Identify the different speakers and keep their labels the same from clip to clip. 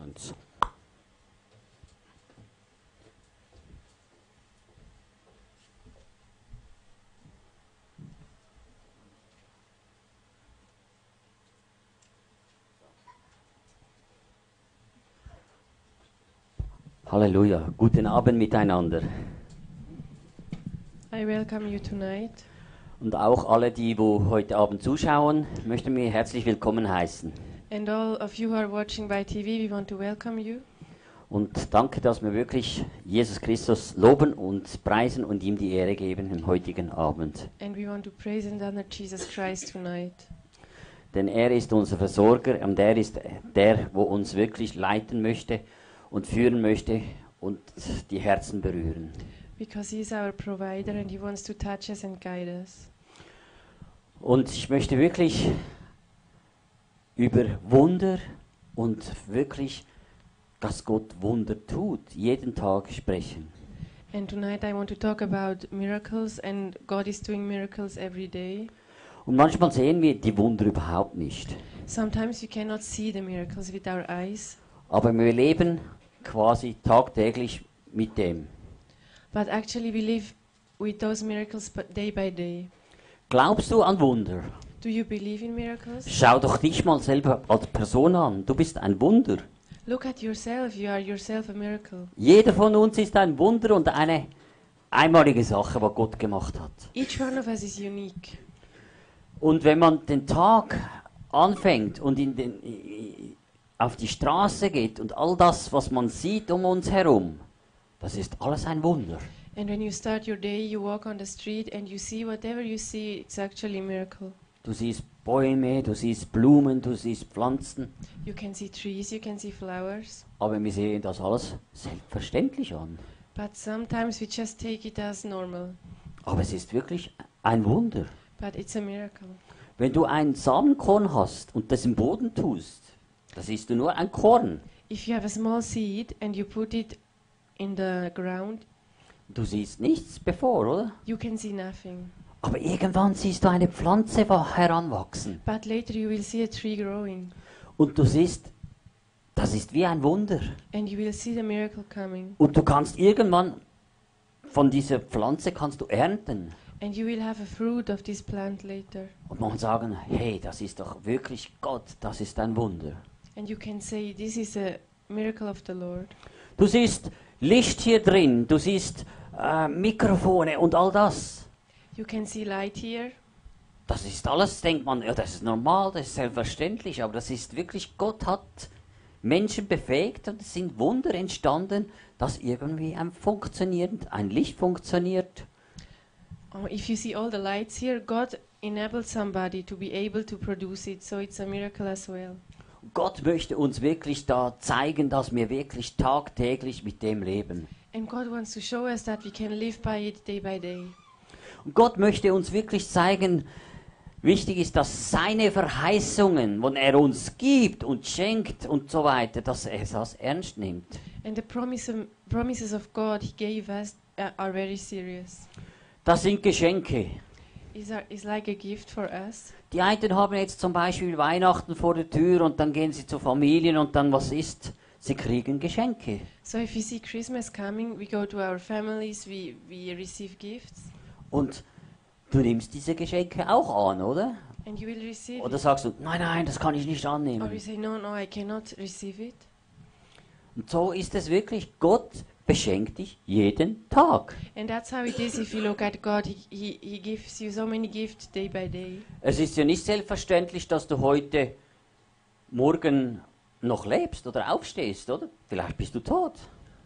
Speaker 1: uns. Halleluja, guten Abend miteinander.
Speaker 2: I welcome you tonight
Speaker 1: Und auch alle, die wo heute Abend zuschauen, möchten wir herzlich willkommen heißen.
Speaker 2: and all of you who are watching by TV, we want to welcome you
Speaker 1: Und danke, dass wir wirklich Jesus Christus loben und preisen und ihm die Ehre geben im heutigen Abend.
Speaker 2: and we want to praise and honor Jesus Christ tonight
Speaker 1: Denn er ist unser Versorger und er ist der, wo uns wirklich leiten möchte und führen möchte und die Herzen berühren.
Speaker 2: because he is our provider and he wants to touch us and guide us.
Speaker 1: Und ich möchte wirklich über Wunder und wirklich, dass Gott Wunder tut, jeden Tag sprechen.
Speaker 2: And tonight I want to talk about miracles and God is doing miracles every day.
Speaker 1: Und manchmal sehen wir die Wunder überhaupt nicht.
Speaker 2: Sometimes we cannot see the miracles with our eyes,
Speaker 1: Aber wir leben quasi tagtäglich mit dem.
Speaker 2: but actually we live with those miracles but day by day.
Speaker 1: Glaubst du an Wunder?
Speaker 2: Do you believe in miracles?
Speaker 1: Schau doch dich mal selber als Person an. Du bist ein Wunder.
Speaker 2: Look at yourself, you are yourself a miracle.
Speaker 1: Jeder von uns ist ein Wunder und eine einmalige Sache, was Gott gemacht hat.
Speaker 2: Each one of us is unique.
Speaker 1: Und wenn man den Tag anfängt und in den, auf die Straße geht und all das, was man sieht um uns herum, das ist alles ein Wunder.
Speaker 2: And when you start your day, you walk on the street and you see whatever you see, it's actually a miracle.
Speaker 1: Du siehst Bäume, du siehst Blumen, du siehst Pflanzen,
Speaker 2: You can see trees, you can see flowers,
Speaker 1: aber wir sehen das alles selbstverständlich an.
Speaker 2: but sometimes we just take it as normal.
Speaker 1: Aber es ist wirklich ein Wunder.
Speaker 2: But it's a miracle.
Speaker 1: Wenn du ein Samenkorn hast und das im Boden tust, das ist nur ein Korn.
Speaker 2: If you have a small seed and you put it in the ground,
Speaker 1: Du siehst nichts bevor, oder?
Speaker 2: you can see nothing.
Speaker 1: Aber irgendwann siehst du eine Pflanze wa- heranwachsen.
Speaker 2: But later you will see a tree growing
Speaker 1: Und du siehst, das ist wie ein Wunder.
Speaker 2: and you will see the miracle coming
Speaker 1: Und du kannst irgendwann von dieser Pflanze kannst du ernten.
Speaker 2: and you will have a fruit of this plant later.
Speaker 1: Und man kann sagen, hey, das ist doch wirklich Gott, das ist ein Wunder.
Speaker 2: And you can say, This is a miracle of the Lord.
Speaker 1: Du siehst Licht hier drin, du siehst äh, Mikrofone und all das.
Speaker 2: You can see light here.
Speaker 1: Das ist alles, denkt man, ja, das ist normal, das ist selbstverständlich, aber das ist wirklich, Gott hat Menschen befähigt und es sind Wunder entstanden, dass irgendwie ein funktioniert, ein Licht funktioniert.
Speaker 2: Oh, if you see all the lights here, God enabled somebody to be able to produce it, so it's a miracle as well.
Speaker 1: Gott möchte uns wirklich da zeigen, dass wir wirklich tagtäglich mit dem leben.
Speaker 2: And God wants to show us that we can live by it day by day.
Speaker 1: Und Gott möchte uns wirklich zeigen, wichtig ist, dass seine Verheißungen, die er uns gibt und schenkt und so weiter, dass er das ernst nimmt.
Speaker 2: And the promise of- promises of God He gave us uh, are very serious.
Speaker 1: Das sind Geschenke.
Speaker 2: It's, are, it's like a gift for us.
Speaker 1: Die einen haben jetzt zum Beispiel Weihnachten vor der Tür und dann gehen sie zu Familien und dann was ist? Sie kriegen Geschenke.
Speaker 2: So if we see Christmas coming, we go to our families, we, we receive gifts,
Speaker 1: Und du nimmst diese Geschenke auch an, oder?
Speaker 2: and you will receive
Speaker 1: Oder
Speaker 2: it.
Speaker 1: sagst du, nein, nein, das kann ich nicht
Speaker 2: Or you
Speaker 1: annehmen.
Speaker 2: say, No, no, I cannot receive it.
Speaker 1: Und so ist es wirklich. Gott beschenkt dich jeden Tag.
Speaker 2: And that's how it is if you look at God, He, he, he gives you so many gifts day by day.
Speaker 1: Es ist ja nicht selbstverständlich, dass du heute, morgen noch lebst oder aufstehst, oder? Vielleicht bist du tot.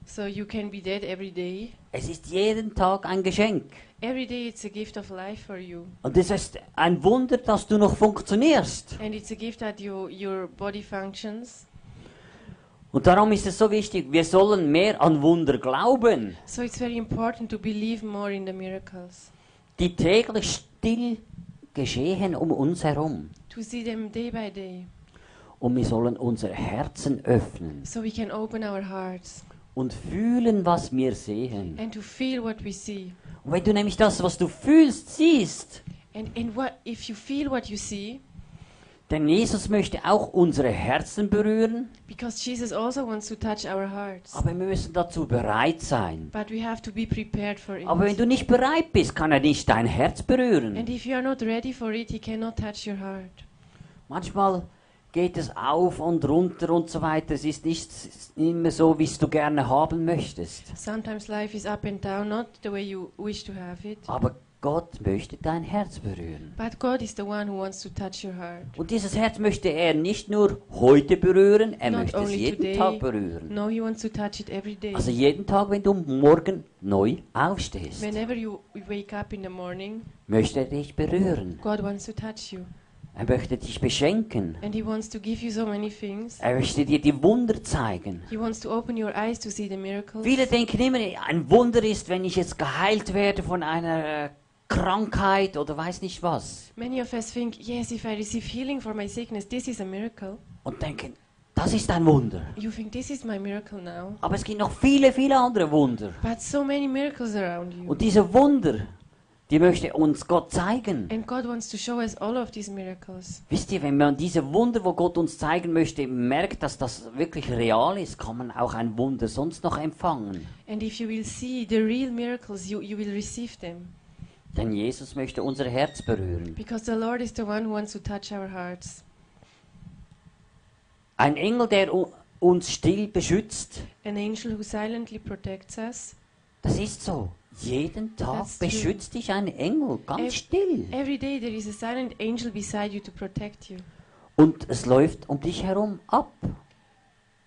Speaker 2: So you can be dead every day.
Speaker 1: Es ist jeden Tag ein Geschenk.
Speaker 2: Every day it's a gift of life for you.
Speaker 1: Und es ist ein Wunder, dass du noch funktionierst.
Speaker 2: And it's a gift that you, your body functions.
Speaker 1: Und darum ist es so wichtig, wir sollen mehr an Wunder glauben,
Speaker 2: So it's very important to believe more in the miracles.
Speaker 1: die täglich still geschehen um uns herum.
Speaker 2: To see them day by day.
Speaker 1: Und wir sollen unsere Herzen öffnen
Speaker 2: So we can open our hearts
Speaker 1: und fühlen, was wir sehen.
Speaker 2: and to feel what we see.
Speaker 1: Und wenn du nämlich das, was du fühlst, siehst,
Speaker 2: And, and what if you feel what you see,
Speaker 1: Denn Jesus möchte auch unsere Herzen berühren,
Speaker 2: because Jesus also wants to touch our hearts.
Speaker 1: aber wir müssen dazu bereit sein.
Speaker 2: But we have to be prepared for it.
Speaker 1: Aber wenn du nicht bereit bist, kann er nicht dein Herz berühren.
Speaker 2: And if you are not ready for it, He cannot touch your heart.
Speaker 1: Manchmal geht es auf und runter und so weiter. Es ist nicht s- immer so, wie es du gerne haben möchtest.
Speaker 2: Sometimes life is up and down, not the way you wish to have it.
Speaker 1: Aber Gott möchte dein Herz berühren.
Speaker 2: But God is the one who wants to touch your heart.
Speaker 1: Und dieses Herz möchte er nicht nur heute berühren, er
Speaker 2: Not
Speaker 1: möchte es
Speaker 2: only
Speaker 1: jeden
Speaker 2: today.
Speaker 1: Tag berühren.
Speaker 2: No, He wants to touch it every day.
Speaker 1: Also jeden Tag, wenn du morgen neu aufstehst,
Speaker 2: Whenever you wake up in the morning,
Speaker 1: möchte er dich berühren.
Speaker 2: God wants to touch you.
Speaker 1: Er möchte dich beschenken.
Speaker 2: And He wants to give you so many things.
Speaker 1: Er möchte dir die Wunder zeigen.
Speaker 2: He wants to open your eyes to see the miracles.
Speaker 1: Viele denken immer, ein Wunder ist, wenn ich jetzt geheilt werde von einer äh, Krankheit oder weiß nicht was.
Speaker 2: Many of us think, yes, if I receive healing for my sickness, this is a miracle.
Speaker 1: Und denken, das ist ein Wunder.
Speaker 2: You think this is my miracle now.
Speaker 1: Aber es gibt noch viele, viele andere Wunder.
Speaker 2: But so many miracles around you.
Speaker 1: Und diese Wunder, die möchte uns Gott zeigen.
Speaker 2: And God wants to show us all of these miracles.
Speaker 1: Wisst ihr, wenn man diese Wunder, wo Gott uns zeigen möchte, merkt, dass das wirklich real ist, kann man auch ein Wunder sonst noch empfangen.
Speaker 2: And if you will see the real miracles, you, you will receive them.
Speaker 1: Denn Jesus möchte unser Herz berühren.
Speaker 2: Because the Lord is the one who wants to touch our hearts.
Speaker 1: Ein Engel, der u- uns still beschützt,
Speaker 2: An angel who silently protects us.
Speaker 1: das ist so. Jeden Tag
Speaker 2: That's true.
Speaker 1: beschützt dich ein Engel,
Speaker 2: Ev-
Speaker 1: ganz still.
Speaker 2: Every day there is a silent angel beside you to protect you.
Speaker 1: Und es läuft um dich herum ab.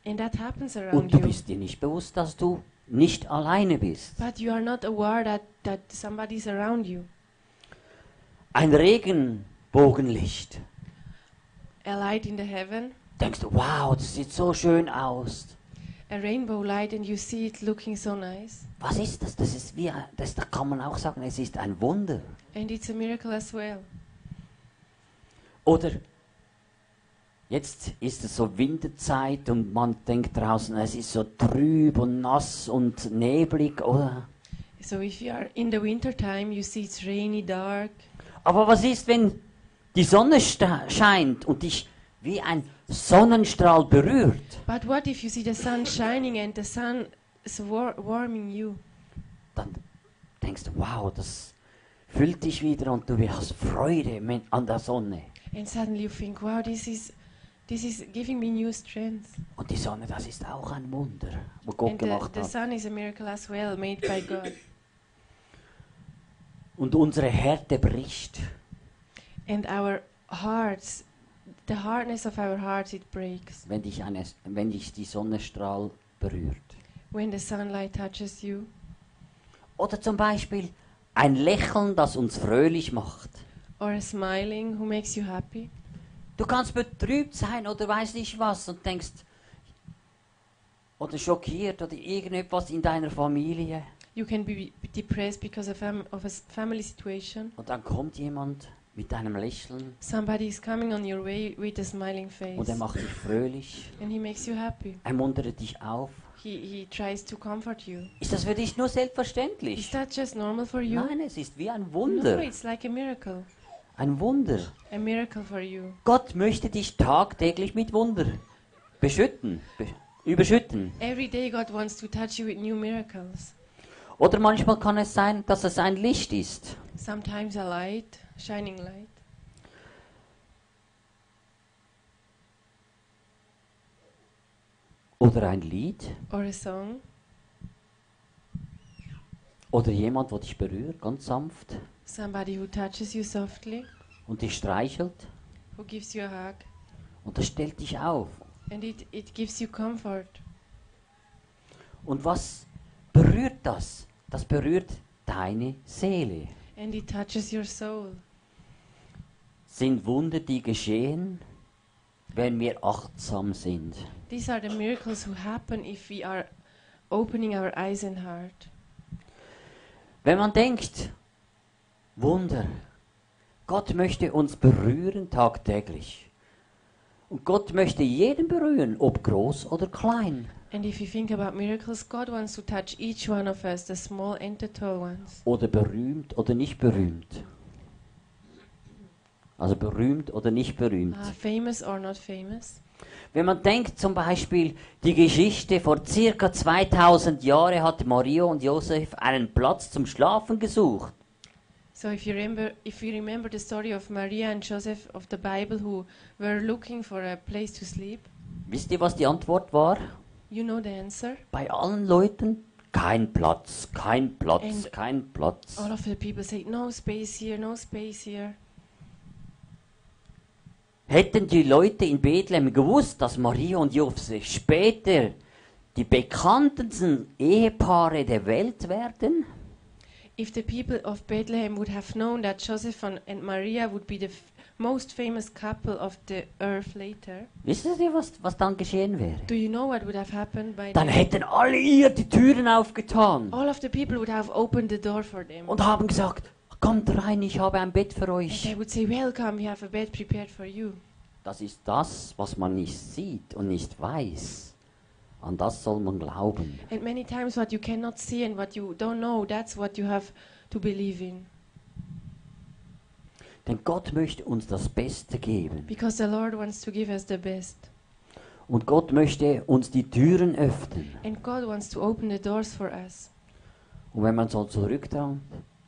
Speaker 2: And that happens
Speaker 1: Und
Speaker 2: around
Speaker 1: du
Speaker 2: you.
Speaker 1: bist dir nicht bewusst, dass du nicht alleine bist.
Speaker 2: But you are not aware that, that somebody is around you.
Speaker 1: Ein Regenbogenlicht.
Speaker 2: A light in the heaven,
Speaker 1: Denkst du, wow, das sieht so schön aus.
Speaker 2: a rainbow light, and you see it looking so nice.
Speaker 1: Was ist das? Das ist wie ein, das, da kann man auch sagen, es ist ein Wunder.
Speaker 2: And it's a miracle as well.
Speaker 1: Oder jetzt ist es so Winterzeit und man denkt draußen, es ist so trüb und nass und neblig, oder?
Speaker 2: So if you are in the winter time, you see it's rainy, dark.
Speaker 1: Aber was ist, wenn die Sonne sta- scheint und dich wie ein Sonnenstrahl berührt?
Speaker 2: But what if you see the sun shining and the sun is war- warming you?
Speaker 1: Dann denkst du, wow, das füllt dich wieder und du hast Freude mit- an der Sonne.
Speaker 2: And suddenly you think, wow, this is, this is giving me new strength.
Speaker 1: Und die Sonne, das ist auch ein Wunder, was Gott
Speaker 2: and the,
Speaker 1: gemacht
Speaker 2: the
Speaker 1: hat.
Speaker 2: sun is a miracle as well, made by God.
Speaker 1: Und unsere Härte bricht.
Speaker 2: And our hearts, the hardness of our hearts, it breaks
Speaker 1: wenn dich, eine, wenn dich die Sonnenstrahl berührt.
Speaker 2: when the sunlight touches you.
Speaker 1: Oder zum Beispiel ein Lächeln, das uns fröhlich macht.
Speaker 2: Or a smiling who makes you happy.
Speaker 1: Du kannst betrübt sein oder weiß nicht was und denkst, oder schockiert oder irgendetwas in deiner Familie.
Speaker 2: You can be depressed because of, fam- of a s- family situation.
Speaker 1: Und dann kommt jemand mit einem Lächeln
Speaker 2: Somebody is coming on your way with a smiling
Speaker 1: und
Speaker 2: face.
Speaker 1: er macht dich fröhlich.
Speaker 2: And he makes you happy.
Speaker 1: Er muntert dich auf.
Speaker 2: He, he tries to comfort you.
Speaker 1: Ist das für dich nur
Speaker 2: Is
Speaker 1: selbstverständlich?
Speaker 2: that just normal for you?
Speaker 1: Nein, es ist wie ein
Speaker 2: No,
Speaker 1: Wunder.
Speaker 2: it's like a miracle.
Speaker 1: Ein Wunder.
Speaker 2: A miracle for you.
Speaker 1: Gott möchte dich tagtäglich mit Wunder beschütten, be überschütten.
Speaker 2: Every day God wants to touch you with new miracles.
Speaker 1: Oder manchmal kann es sein, dass es ein Licht ist.
Speaker 2: Sometimes a light, shining light.
Speaker 1: Oder ein Lied.
Speaker 2: Or a song.
Speaker 1: Oder jemand, der dich berührt, ganz sanft.
Speaker 2: Somebody who touches you softly.
Speaker 1: Und dich streichelt.
Speaker 2: Who gives you a hug.
Speaker 1: Und das stellt dich auf.
Speaker 2: And it, it gives you comfort.
Speaker 1: Und was berührt das? Das berührt deine Seele.
Speaker 2: And it touches your soul.
Speaker 1: Sind Wunder, die geschehen, wenn wir achtsam sind.
Speaker 2: These are the miracles who happen if we are opening our eyes and heart.
Speaker 1: Wenn man denkt, Wunder, Gott möchte uns berühren tagtäglich. Und Gott möchte jeden berühren, ob groß oder klein.
Speaker 2: And if you think about miracles, God wants to touch each one of us, the small and the tall ones,
Speaker 1: Oder berühmt oder nicht berühmt. Also berühmt oder nicht berühmt.
Speaker 2: Uh, famous or not famous?
Speaker 1: Wenn man denkt zum Beispiel, die Geschichte vor circa 2000 Jahren hat Maria und Josef einen Platz zum Schlafen gesucht.
Speaker 2: So if you remember, if you remember the story of Maria and Joseph of the Bible who were looking for a place to sleep,
Speaker 1: Wisst ihr, was die Antwort war?
Speaker 2: you know the answer.
Speaker 1: Bei allen Leuten? Kein Platz, kein Platz,
Speaker 2: Ein-
Speaker 1: kein Platz.
Speaker 2: All of the people say no space here, no space here.
Speaker 1: Hätten die Leute in Bethlehem gewusst, dass Maria und Josef später die bekanntesten Ehepaare der Welt werden?
Speaker 2: If the people of Bethlehem would have known that Joseph and, and Maria would be the f- most famous couple of the earth later,
Speaker 1: Wissen Sie, was, was dann geschehen wäre?
Speaker 2: do you know what would have happened by
Speaker 1: Dann
Speaker 2: then?
Speaker 1: hätten alle ihr die Türen aufgetan
Speaker 2: All of the people would have opened the door for them.
Speaker 1: und haben gesagt, kommt rein, ich habe ein Bett für
Speaker 2: And they
Speaker 1: euch.
Speaker 2: would say, Welcome, we have a bed prepared for you.
Speaker 1: Das ist das, was man nicht sieht und nicht weiß. An das soll man glauben.
Speaker 2: And many times, what you cannot see and what you don't know, that's what you have to believe in.
Speaker 1: Denn Gott möchte uns das Beste geben.
Speaker 2: Because the Lord wants to give us the best.
Speaker 1: Und Gott möchte uns die Türen öffnen.
Speaker 2: And God wants to open the doors for us.
Speaker 1: Und wenn man so zurücktraut,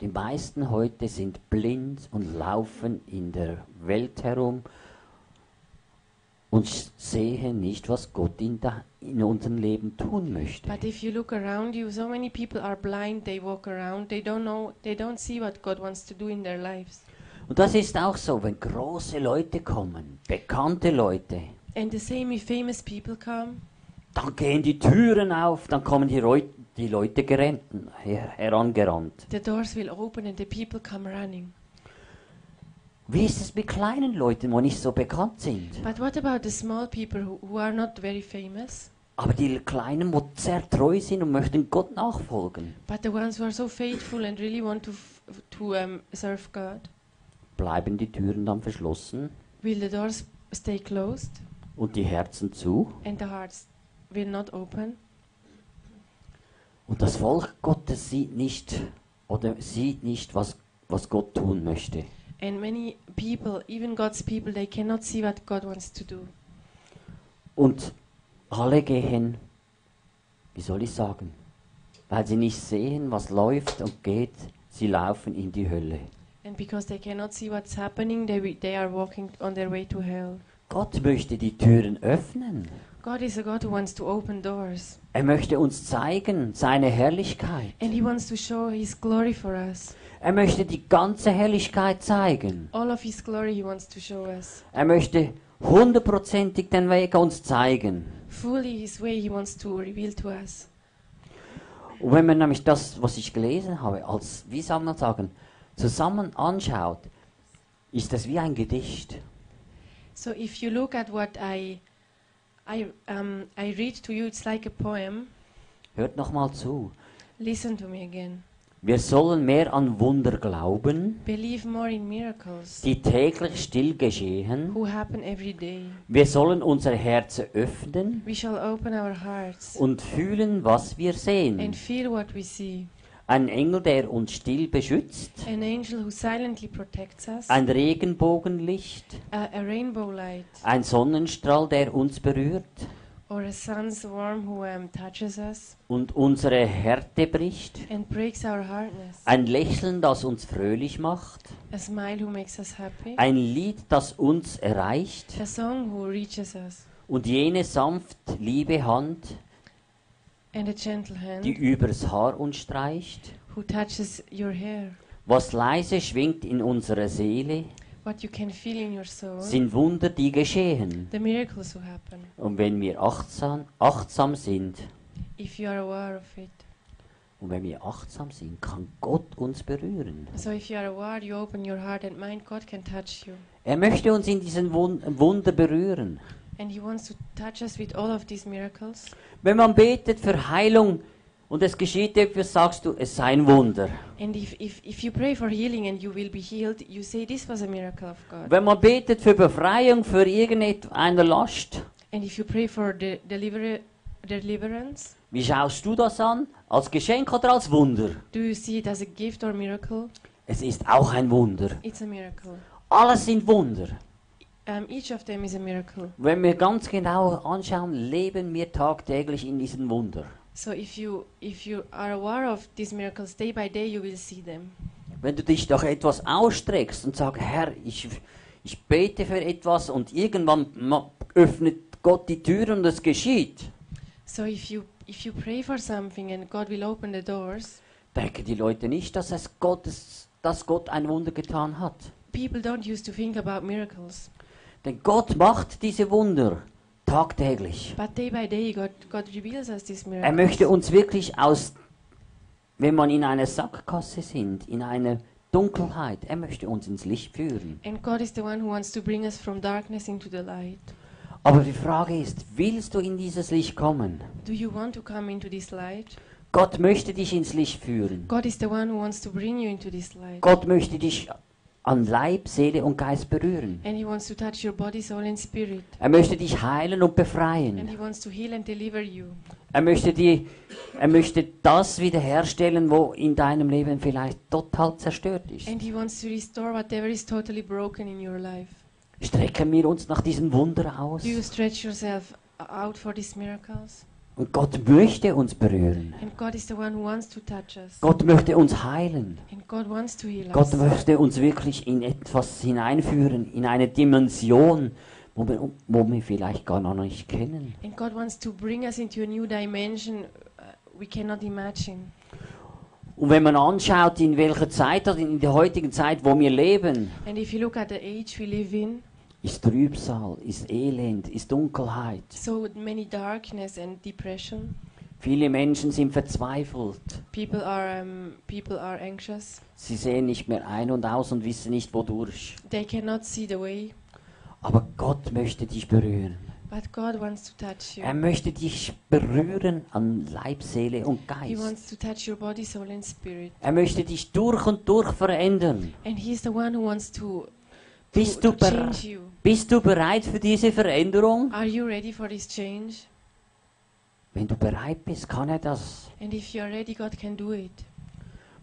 Speaker 1: die meisten heute sind blind und laufen in der Welt herum und sch- sehen nicht, was Gott in, da, in unserem Leben tun möchte.
Speaker 2: But if you look around you, so many people are blind, they walk around, they don't know, they don't see what God wants to do in their lives.
Speaker 1: Und das ist auch so, wenn große Leute kommen, bekannte Leute,
Speaker 2: And the same if famous people come,
Speaker 1: dann gehen die Türen auf, dann kommen die, Reu die Leute gerannt, her herangerannt.
Speaker 2: the doors will open and the people come running.
Speaker 1: Wie ist es mit kleinen Leuten, die nicht so bekannt sind?
Speaker 2: But what about the small people who, who are not very famous,
Speaker 1: Aber die Kleinen, die sehr treu sind und möchten Gott nachfolgen,
Speaker 2: but the ones who are so faithful and really want to, f- to um, serve God?
Speaker 1: bleiben die Türen dann verschlossen
Speaker 2: Will the doors stay closed
Speaker 1: und die Herzen zu.
Speaker 2: and the hearts will not open?
Speaker 1: Und das Volk Gottes sieht nicht oder sieht nicht, was, was Gott tun möchte.
Speaker 2: And many people, even God's people, they cannot see what God wants to do.
Speaker 1: Und alle gehen, wie soll ich sagen, weil sie nicht sehen, was läuft und geht, sie laufen in die Hölle.
Speaker 2: And because they cannot see what's happening, they, wi- they are walking on their way to hell.
Speaker 1: Gott möchte die Türen öffnen.
Speaker 2: God is a God who wants to open doors.
Speaker 1: Er möchte uns zeigen seine Herrlichkeit.
Speaker 2: And He wants to show His glory for us.
Speaker 1: Er möchte die ganze Herrlichkeit zeigen.
Speaker 2: All of His glory He wants to show us.
Speaker 1: Er möchte hundertprozentig den Weg uns zeigen.
Speaker 2: Fully His way He wants to reveal to us.
Speaker 1: Und wenn man nämlich das, was ich gelesen habe, als, wie soll man sagen, zusammen anschaut, ist das wie ein Gedicht.
Speaker 2: So if you look at what I, I, um, I read to you, it's like a poem.
Speaker 1: Hört nochmal zu.
Speaker 2: Listen to me again.
Speaker 1: Wir sollen mehr an Wunder glauben,
Speaker 2: Believe more in miracles
Speaker 1: die täglich still geschehen.
Speaker 2: who happen every day.
Speaker 1: Wir sollen unser Herz öffnen
Speaker 2: We shall open our hearts
Speaker 1: und fühlen, was wir
Speaker 2: and
Speaker 1: sehen.
Speaker 2: feel what we see.
Speaker 1: Ein Engel, der uns still beschützt.
Speaker 2: An angel who silently protects us.
Speaker 1: Ein Regenbogenlicht.
Speaker 2: a, a rainbow light
Speaker 1: Ein Sonnenstrahl, der uns berührt
Speaker 2: or a sun's warm who um, touches us
Speaker 1: und unsere Härte bricht.
Speaker 2: and breaks our hardness,
Speaker 1: Ein Lächeln, das uns fröhlich macht.
Speaker 2: a smile who makes us happy,
Speaker 1: Ein Lied, das uns erreicht.
Speaker 2: a song who reaches us,
Speaker 1: Und jene sanft liebe Hand,
Speaker 2: and a gentle hand
Speaker 1: die übers Haar uns streicht.
Speaker 2: who touches your hair.
Speaker 1: Was leise schwingt in unserer Seele,
Speaker 2: What you can feel in your soul,
Speaker 1: sind Wunder, die geschehen.
Speaker 2: the miracles who happen,
Speaker 1: Und wenn wir achtsam, achtsam sind,
Speaker 2: if you are aware of it.
Speaker 1: und wenn wir achtsam sind, kann Gott uns berühren.
Speaker 2: So if you are aware, you open your heart and mind, God can touch you.
Speaker 1: Er möchte uns in diesen Wun Wunder berühren.
Speaker 2: And He wants to touch us with all of these miracles.
Speaker 1: Wenn man betet für Heilung und es geschieht etwas, sagst du, es sei ein Wunder.
Speaker 2: And if, if, if you pray for healing and you will be healed, you say this was a miracle of God.
Speaker 1: Wenn man betet für Befreiung, für irgendeine Last,
Speaker 2: And if you pray for the deliver- deliverance,
Speaker 1: wie schaust du das an? Als Geschenk oder als Wunder?
Speaker 2: do you see it as a gift or miracle?
Speaker 1: Es ist auch ein Wunder.
Speaker 2: It's a miracle.
Speaker 1: Alles sind Wunder.
Speaker 2: Um, each of them is a miracle.
Speaker 1: Wenn wir ganz genau anschauen, leben wir tagtäglich in diesen Wunder.
Speaker 2: So if you if you are aware of these miracles day by day, you will see them.
Speaker 1: Wenn du dich doch etwas ausstreckst und sagst, Herr, ich, ich bete für etwas und irgendwann ma- öffnet Gott die Tür und es geschieht,
Speaker 2: So if you if you pray for something and God will open the doors,
Speaker 1: denken die Leute nicht, dass, es Gottes, dass Gott ein Wunder getan hat.
Speaker 2: people don't used to think about miracles,
Speaker 1: Denn Gott macht diese Wunder tagtäglich.
Speaker 2: but day by day, God God reveals us these
Speaker 1: Er
Speaker 2: miracles.
Speaker 1: möchte uns wirklich aus, wenn man in einer Sackgasse sind, in einer Dunkelheit, er möchte uns ins Licht führen.
Speaker 2: And God is the one who wants to bring us from darkness into the light.
Speaker 1: Aber die Frage ist, willst du in dieses Licht kommen?
Speaker 2: Do you want to come into this light?
Speaker 1: Gott möchte dich ins Licht führen.
Speaker 2: God is the one who wants to bring you into this light.
Speaker 1: Gott möchte dich an Leib, Seele und Geist berühren.
Speaker 2: And he wants to touch your body, soul, and spirit.
Speaker 1: Er möchte dich heilen und
Speaker 2: And he
Speaker 1: befreien.
Speaker 2: wants to heal and deliver you.
Speaker 1: Er möchte, die, er möchte das wiederherstellen, wo in deinem Leben vielleicht total zerstört ist.
Speaker 2: And he wants to restore whatever is totally broken in your life.
Speaker 1: Strecken wir uns nach diesem Wunder aus.
Speaker 2: Do you stretch yourself out for these miracles?
Speaker 1: Und Gott möchte uns berühren.
Speaker 2: And God is the one who wants to touch us.
Speaker 1: Gott möchte uns heilen.
Speaker 2: And God wants to heal
Speaker 1: Gott
Speaker 2: us.
Speaker 1: möchte uns wirklich in etwas hineinführen, in eine Dimension, wo wir, wo wir vielleicht gar noch nicht kennen.
Speaker 2: And God wants to bring us into a new dimension uh, we cannot imagine.
Speaker 1: Und wenn man anschaut, in welcher Zeit, also in der heutigen Zeit, wo wir leben,
Speaker 2: And if you look at the age we live in,
Speaker 1: ist Trübsal, ist Elend, ist Dunkelheit.
Speaker 2: so many darkness and depression.
Speaker 1: Viele Menschen sind verzweifelt.
Speaker 2: People are um, people are anxious.
Speaker 1: Sie sehen nicht mehr ein und aus und wissen nicht wodurch.
Speaker 2: They cannot see the way,
Speaker 1: Aber Gott möchte dich berühren.
Speaker 2: but God wants to touch
Speaker 1: Er
Speaker 2: you.
Speaker 1: möchte dich berühren an Leib, Seele und
Speaker 2: He
Speaker 1: Geist.
Speaker 2: wants to touch your body, soul, and spirit.
Speaker 1: Er möchte dich durch und durch verändern.
Speaker 2: And He is the one who wants to, to,
Speaker 1: Bist du,
Speaker 2: to
Speaker 1: ber
Speaker 2: change you.
Speaker 1: bist du bereit für diese Veränderung?
Speaker 2: Are you ready for this change?
Speaker 1: Wenn du bereit bist, kann er das.
Speaker 2: And if you are ready, God can do it.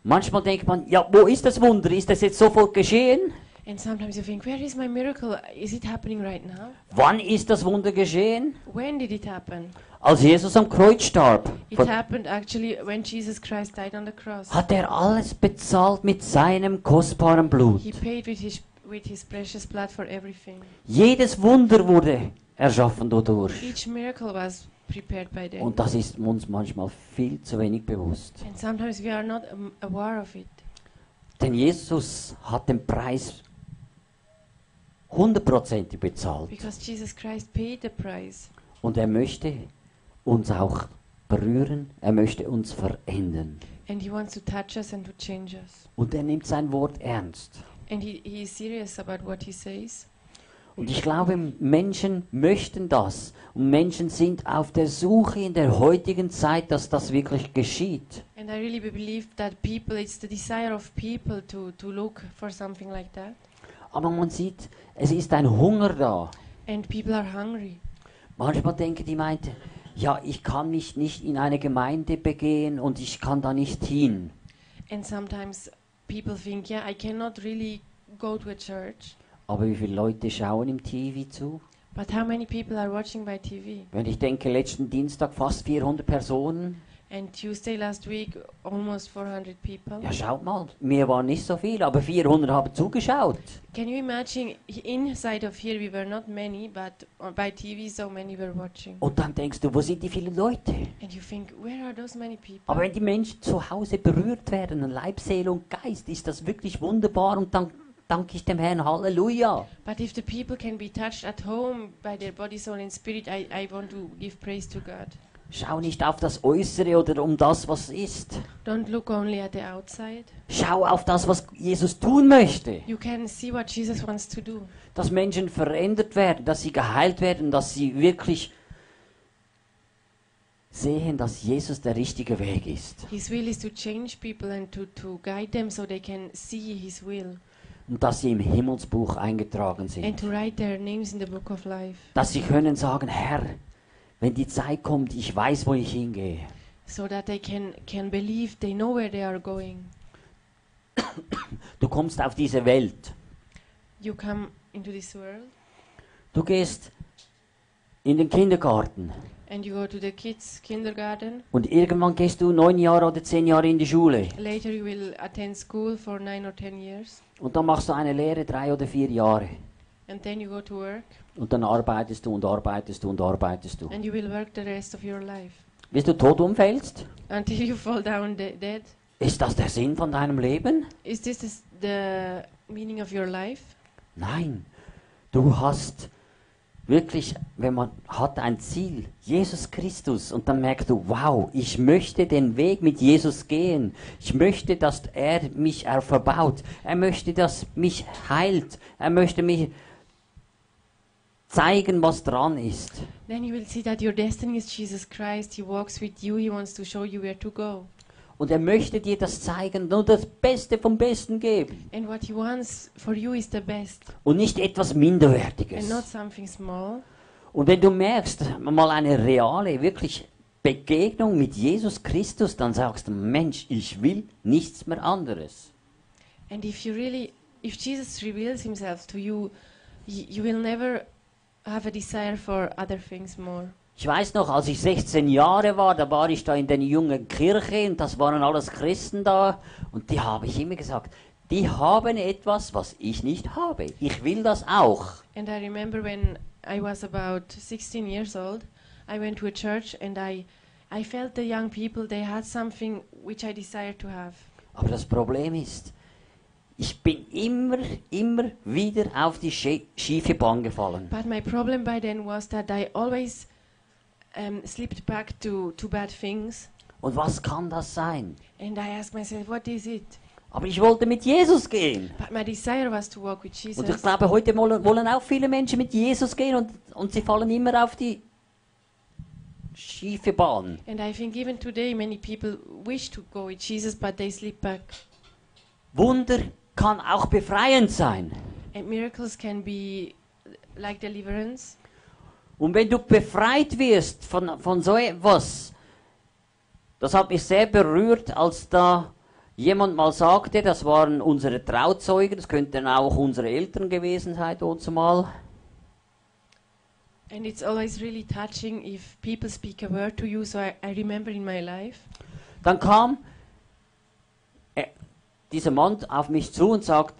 Speaker 1: Manchmal denkt man, ja, wo ist das Wunder? Ist das jetzt sofort geschehen?
Speaker 2: And sometimes you think, where is my miracle? Is it happening right now?
Speaker 1: Wann ist das Wunder geschehen?
Speaker 2: When did it happen?
Speaker 1: Als Jesus am Kreuz starb,
Speaker 2: It
Speaker 1: ver-
Speaker 2: happened actually when Jesus Christ died on the cross.
Speaker 1: hat er alles bezahlt mit seinem kostbaren Blut.
Speaker 2: He paid with His with His precious blood for everything.
Speaker 1: Jedes Wunder wurde erschaffen dadurch.
Speaker 2: Each miracle was prepared by them.
Speaker 1: Und das ist uns manchmal viel zu wenig bewusst.
Speaker 2: And sometimes we are not um, aware of it.
Speaker 1: Denn Jesus hat den Preis hundertprozentig bezahlt.
Speaker 2: Because Jesus Christ paid the price.
Speaker 1: Und er möchte uns auch berühren, er möchte uns verändern.
Speaker 2: And He wants to touch us and to change us.
Speaker 1: Und er nimmt sein Wort ernst.
Speaker 2: And He, he is serious about what He says.
Speaker 1: Und ich glaube, Menschen möchten das. Und Menschen sind auf der Suche in der heutigen Zeit, dass das wirklich geschieht.
Speaker 2: And I really be- believe that people, it's the desire of people to, to look for something like that.
Speaker 1: Aber man sieht, es ist ein Hunger da.
Speaker 2: And people are hungry.
Speaker 1: Manchmal denken die meinte, ja, ich kann mich nicht in eine Gemeinde begehen und ich kann da nicht hin.
Speaker 2: And sometimes people think, yeah, I cannot really go to a church.
Speaker 1: Aber wie viele Leute schauen im TV zu?
Speaker 2: But how many people are watching by TV?
Speaker 1: Wenn ich denke, letzten Dienstag fast 400 Personen.
Speaker 2: And Tuesday last week, almost 400 people.
Speaker 1: Ja, schaut mal, mir waren nicht so viel, aber 400 haben zugeschaut.
Speaker 2: Can you imagine h- inside of here we were not many, but uh, by TV so many were watching.
Speaker 1: Und dann denkst du, wo sind die vielen Leute?
Speaker 2: And you think, where are those many people?
Speaker 1: Aber wenn die Menschen zu Hause berührt werden, an Leib, Seele und Geist, ist das wirklich wunderbar und dann danke ich dem Herrn, Halleluja.
Speaker 2: But if the people can be touched at home by their body, soul, and spirit, I, I want to give praise to God.
Speaker 1: Schau nicht auf das Äußere oder um das, was ist.
Speaker 2: Don't look only at the outside.
Speaker 1: Schau auf das, was Jesus tun möchte.
Speaker 2: You can see what Jesus wants to do.
Speaker 1: Dass Menschen verändert werden, dass sie geheilt werden, dass sie wirklich sehen, dass Jesus der richtige Weg ist.
Speaker 2: His will is to change people and to, to guide them so they can see His will
Speaker 1: Und dass sie im Himmelsbuch eingetragen
Speaker 2: and
Speaker 1: sind.
Speaker 2: to write their names in the book of life
Speaker 1: Dass sie können sagen, Herr, wenn die Zeit kommt, ich weiß, wo ich hingehe.
Speaker 2: so that they can, can believe they know where they are going.
Speaker 1: Du kommst auf diese Welt.
Speaker 2: You come into this world
Speaker 1: Du gehst in den Kindergarten
Speaker 2: and you go to the kids' kindergarten.
Speaker 1: und irgendwann gehst du neun Jahre oder zehn Jahre in die Schule
Speaker 2: Later, you will attend school for nine or ten years.
Speaker 1: und dann machst du eine Lehre drei oder vier Jahre
Speaker 2: And then you go to work
Speaker 1: und dann arbeitest du und arbeitest du und arbeitest du.
Speaker 2: and you will work the rest of your life
Speaker 1: Bis du tot umfällst?
Speaker 2: until you fall down de- dead.
Speaker 1: Ist das der Sinn von deinem Leben?
Speaker 2: Is this is the meaning of your life?
Speaker 1: Nein, du hast wirklich, wenn man hat ein Ziel, Jesus Christus, und dann merkst du, wow, ich möchte den Weg mit Jesus gehen. Ich möchte, dass er mich er verbaut. Er möchte, dass mich heilt. Er möchte mir zeigen, was dran ist.
Speaker 2: Then you will see that your destiny is Jesus Christ. He walks with you. He wants to show you where to go.
Speaker 1: Und er möchte dir das zeigen, nur das Beste vom Besten geben
Speaker 2: And what he wants for you is the best
Speaker 1: und nicht etwas
Speaker 2: and not
Speaker 1: Minderwertiges.
Speaker 2: something small.
Speaker 1: Und wenn du merkst, mal eine reale, wirklich Begegnung mit Jesus Christus, dann sagst du, Mensch, ich will nichts mehr anderes.
Speaker 2: And if you really, if Jesus reveals himself to you, y- you will never have a desire for other things more.
Speaker 1: Ich weiß noch, als ich 16 Jahre war, da war ich da in der jungen Kirche und das waren alles Christen da und die habe ich immer gesagt, die haben etwas, was ich nicht habe. Ich will das auch.
Speaker 2: And I remember when I was about 16 years old, I went to a church and I, I felt the young people they had something which I desired to have.
Speaker 1: Aber das Problem ist, ich bin immer, immer wieder auf die schie- schiefe Bahn gefallen.
Speaker 2: But my problem by then was that I always um, slipped back to, to bad things.
Speaker 1: Und was kann das sein?
Speaker 2: And I asked myself, what is it?
Speaker 1: Aber ich wollte mit Jesus gehen.
Speaker 2: But my desire was to walk with
Speaker 1: Und ich
Speaker 2: Jesus.
Speaker 1: glaube, heute wollen, wollen auch viele Menschen mit Jesus gehen und, und sie fallen immer auf die schiefe Bahn.
Speaker 2: And I think even today many people wish to go with Jesus, but they slip back.
Speaker 1: Wunder kann auch befreiend sein.
Speaker 2: And miracles can be like deliverance.
Speaker 1: Und wenn du befreit wirst von, von so etwas, das hat mich sehr berührt, als da jemand mal sagte, das waren unsere Trauzeugen, das könnten auch unsere Eltern gewesen sein, dort zumal.
Speaker 2: And it's always really touching if people speak a word to you. So I, I remember in my life.
Speaker 1: Dann kam äh, dieser Mann auf mich zu und sagt,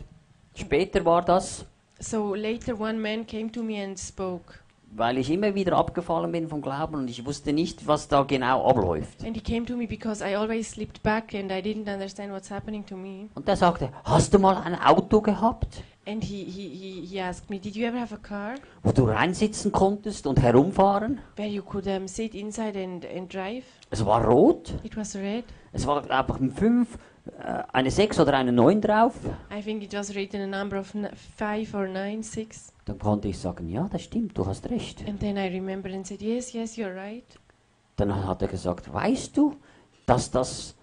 Speaker 1: später war das,
Speaker 2: So later, one man came to me and spoke.
Speaker 1: weil ich immer wieder abgefallen bin vom Glauben und ich wusste nicht, was da genau abläuft.
Speaker 2: And he came to me because I always slipped back and I didn't understand what's happening to me.
Speaker 1: Und er sagte, hast du mal ein Auto gehabt,
Speaker 2: And he, he, he, he asked me, Did you ever have a car
Speaker 1: wo du reinsitzen konntest und herumfahren?
Speaker 2: where you could um, sit inside and, and drive?
Speaker 1: Es war rot,
Speaker 2: It was red.
Speaker 1: es war einfach ein 5, äh, eine 6 oder eine 9 drauf.
Speaker 2: I think it was written a number of n- five or nine, six.
Speaker 1: Dann konnte ich sagen, ja, das stimmt, du hast recht.
Speaker 2: And then I remembered and said, Yes, yes, you're right.
Speaker 1: Dann hat er gesagt, weißt du, dass das,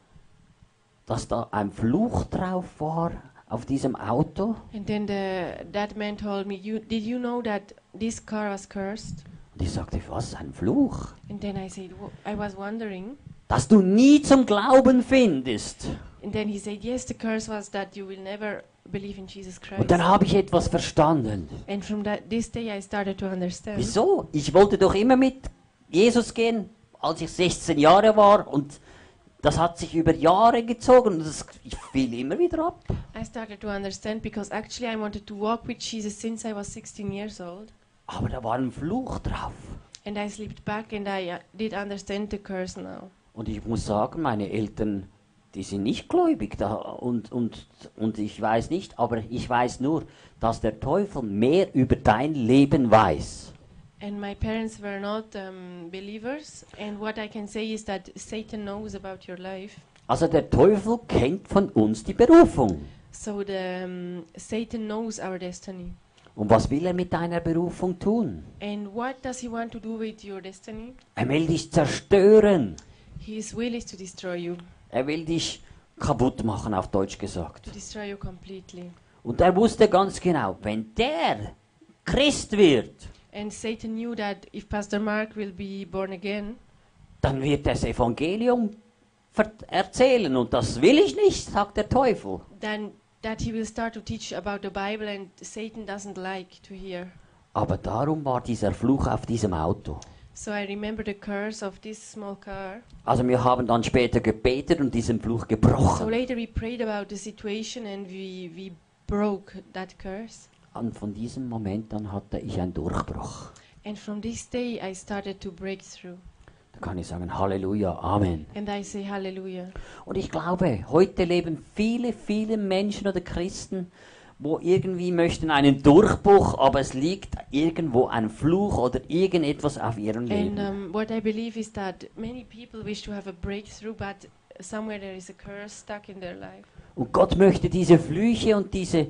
Speaker 1: dass da ein Fluch drauf war auf diesem Auto?
Speaker 2: And then the, that man told me, you, Did you know that this car was cursed?
Speaker 1: Und ich sagte, was, ein Fluch?
Speaker 2: And then I said, "Wo- I was wondering.
Speaker 1: Dass du nie zum Glauben findest.
Speaker 2: And then he said, Yes, the curse was that you will never believe in Jesus
Speaker 1: Und
Speaker 2: Christ.
Speaker 1: dann habe ich etwas verstanden.
Speaker 2: And from that, this day, I started to understand.
Speaker 1: Wieso? Ich wollte doch immer mit Jesus gehen, als ich 16 Jahre war und das hat sich über Jahre gezogen und das, ich fiel immer wieder ab.
Speaker 2: I started to understand because actually I wanted to walk with Jesus since I was 16 years old.
Speaker 1: Aber da war ein Fluch drauf.
Speaker 2: And I slipped back and I uh, did understand the curse now.
Speaker 1: Und ich muss sagen, meine Eltern, die sind nicht gläubig da und, und, und ich weiß nicht, aber ich weiß nur, dass der Teufel mehr über dein Leben weiß.
Speaker 2: And my parents were not um, believers. And what I can say is that Satan knows about your life.
Speaker 1: Also der Teufel kennt von uns die Berufung.
Speaker 2: So the um, Satan knows our destiny.
Speaker 1: Und was will er mit deiner Berufung tun?
Speaker 2: And what does he want to do with your destiny?
Speaker 1: Er will dich zerstören.
Speaker 2: His will is to destroy you,
Speaker 1: Er will dich kaputt machen, auf Deutsch gesagt.
Speaker 2: to destroy you completely.
Speaker 1: Und er wusste ganz genau, wenn der Christ wird,
Speaker 2: And Satan knew that if Pastor Mark will be born again,
Speaker 1: dann wird er das Evangelium ver- erzählen. Und das will ich nicht, sagt der Teufel.
Speaker 2: then that he will start to teach about the Bible, and Satan doesn't like to hear.
Speaker 1: Aber darum war dieser Fluch auf diesem Auto.
Speaker 2: So I remember the curse of this small car.
Speaker 1: Also wir haben dann später gebetet und diesen Fluch
Speaker 2: So
Speaker 1: gebrochen.
Speaker 2: later we prayed about the situation, and we we broke that curse.
Speaker 1: Und von diesem Moment dann hatte ich einen Durchbruch.
Speaker 2: And from this day, I started to break through.
Speaker 1: Da kann ich sagen, Halleluja, Amen.
Speaker 2: And I say hallelujah.
Speaker 1: Und ich glaube, heute leben viele, viele Menschen oder Christen, wo irgendwie möchten einen Durchbruch, aber es liegt irgendwo ein Fluch oder irgendetwas auf ihrem Leben.
Speaker 2: And um, what I believe is that many people wish to have a breakthrough, but somewhere there is a curse stuck in their life.
Speaker 1: Und Gott möchte diese Flüche und diese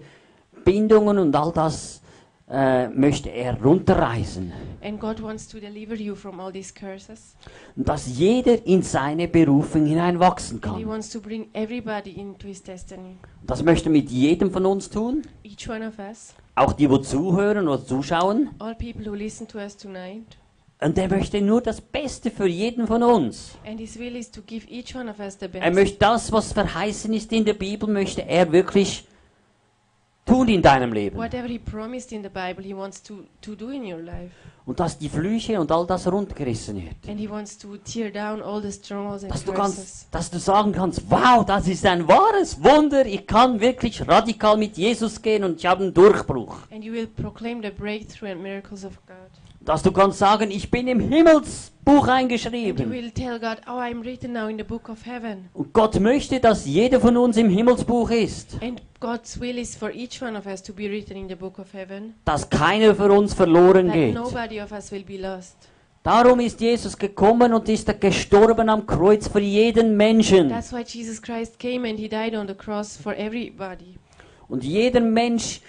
Speaker 1: Bindungen und all das äh, möchte er runterreißen.
Speaker 2: And God wants to deliver you from all these curses.
Speaker 1: Und dass jeder in seine Berufung hineinwachsen
Speaker 2: And He
Speaker 1: kann. Und
Speaker 2: wants to bring everybody into His destiny.
Speaker 1: Das möchte er mit jedem von uns tun.
Speaker 2: Each one of us,
Speaker 1: Auch die, wo zuhören oder zuschauen.
Speaker 2: all people who listen to us tonight.
Speaker 1: Und er möchte nur das Beste für jeden von uns.
Speaker 2: And His will is to give each one of us the
Speaker 1: Er
Speaker 2: best.
Speaker 1: möchte das, was verheißen ist in der Bibel, möchte er wirklich tun in deinem Leben.
Speaker 2: Whatever He promised in the Bible, He wants to, to do in your life.
Speaker 1: Und dass die Flüche und all das rundgerissen wird.
Speaker 2: And He wants to tear down all the strongholds and
Speaker 1: Dass du,
Speaker 2: curses.
Speaker 1: kannst, dass du sagen kannst, wow, das ist ein wahres Wunder, ich kann wirklich radikal mit Jesus gehen und ich habe einen Durchbruch.
Speaker 2: And you will proclaim the breakthrough and miracles of God.
Speaker 1: Dass du kannst sagen, ich bin im Himmelsbuch
Speaker 2: And you
Speaker 1: eingeschrieben.
Speaker 2: will tell God, Oh, I'm written now in the book of heaven.
Speaker 1: Und Gott möchte, dass jeder von uns im Himmelsbuch ist.
Speaker 2: And God's will is for each one of us to be written in the book of heaven.
Speaker 1: Dass keiner von uns verloren
Speaker 2: That
Speaker 1: geht.
Speaker 2: nobody of us will be lost.
Speaker 1: Darum ist Jesus gekommen und ist er gestorben am Kreuz für jeden Menschen.
Speaker 2: That's why Jesus Christ came and he died on the cross for everybody.
Speaker 1: Und jeder Mensch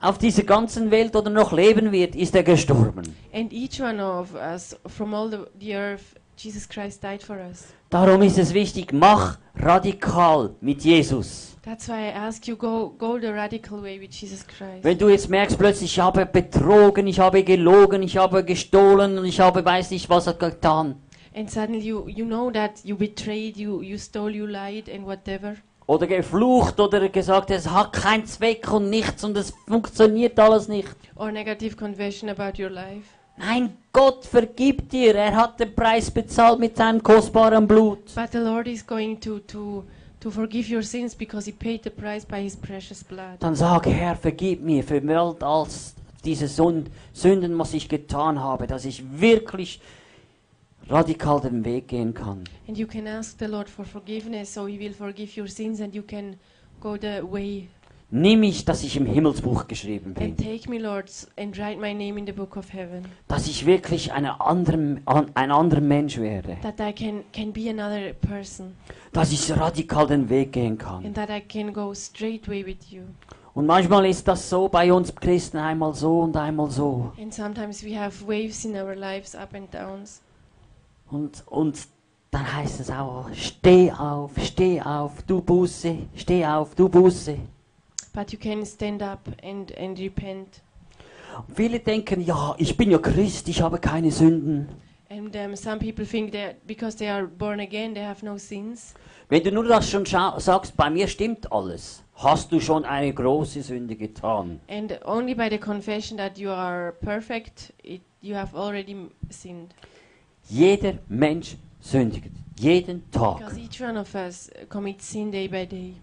Speaker 1: auf dieser ganzen Welt oder noch leben wird, ist er gestorben.
Speaker 2: And each one of us from all the, the earth, Jesus Christ died for us.
Speaker 1: Darum ist es wichtig, mach radikal mit Jesus.
Speaker 2: That's why I ask you go go the radical way with Jesus Christ.
Speaker 1: Wenn du jetzt merkst plötzlich, ich habe betrogen, ich habe gelogen, ich habe gestohlen und ich habe weiß nicht was getan.
Speaker 2: And suddenly you, you know that you betrayed, you, you stole, you lied and whatever.
Speaker 1: Oder geflucht oder gesagt, es hat keinen Zweck und nichts und es funktioniert alles nicht.
Speaker 2: Or negative confession about your life.
Speaker 1: Nein, Gott vergibt dir. Er hat den Preis bezahlt mit seinem kostbaren Blut.
Speaker 2: But the Lord is going to, to, to forgive your sins because He paid the price by His precious blood.
Speaker 1: Dann sag, Herr, vergib mir für mehr als diese Sünd- Sünden, was ich getan habe, dass ich wirklich radikal den Weg gehen kann.
Speaker 2: And you can ask the Lord for forgiveness, so He will forgive your sins and you can go the way.
Speaker 1: Nimm mich, dass ich im Himmelsbuch geschrieben bin.
Speaker 2: And take me, Lord, s- and write my name in the book of heaven,
Speaker 1: Dass ich wirklich eine andere, an, ein anderer Mensch werde.
Speaker 2: that I can, can be another person
Speaker 1: Dass ich radikal den Weg gehen
Speaker 2: and
Speaker 1: kann.
Speaker 2: that I can go straightway with you.
Speaker 1: Und manchmal ist das so bei uns Christen, einmal so und einmal so.
Speaker 2: And sometimes we have waves in our lives, up and downs.
Speaker 1: Und, und dann heißt es auch, steh auf, steh auf, du Buße, steh auf, du Buße.
Speaker 2: But you can stand up and, and repent.
Speaker 1: Und viele denken, ja, ich bin ja Christ, ich habe keine Sünden.
Speaker 2: And um, some people think that because they are born again, they have no sins.
Speaker 1: Wenn du nur das schon scha- sagst, bei mir stimmt alles, hast du schon eine große Sünde getan.
Speaker 2: And only by the confession that you are perfect, it, you have already m- sinned.
Speaker 1: Jeder Mensch sündigt, jeden Tag.
Speaker 2: Because each one of us uh, commits sin day by day.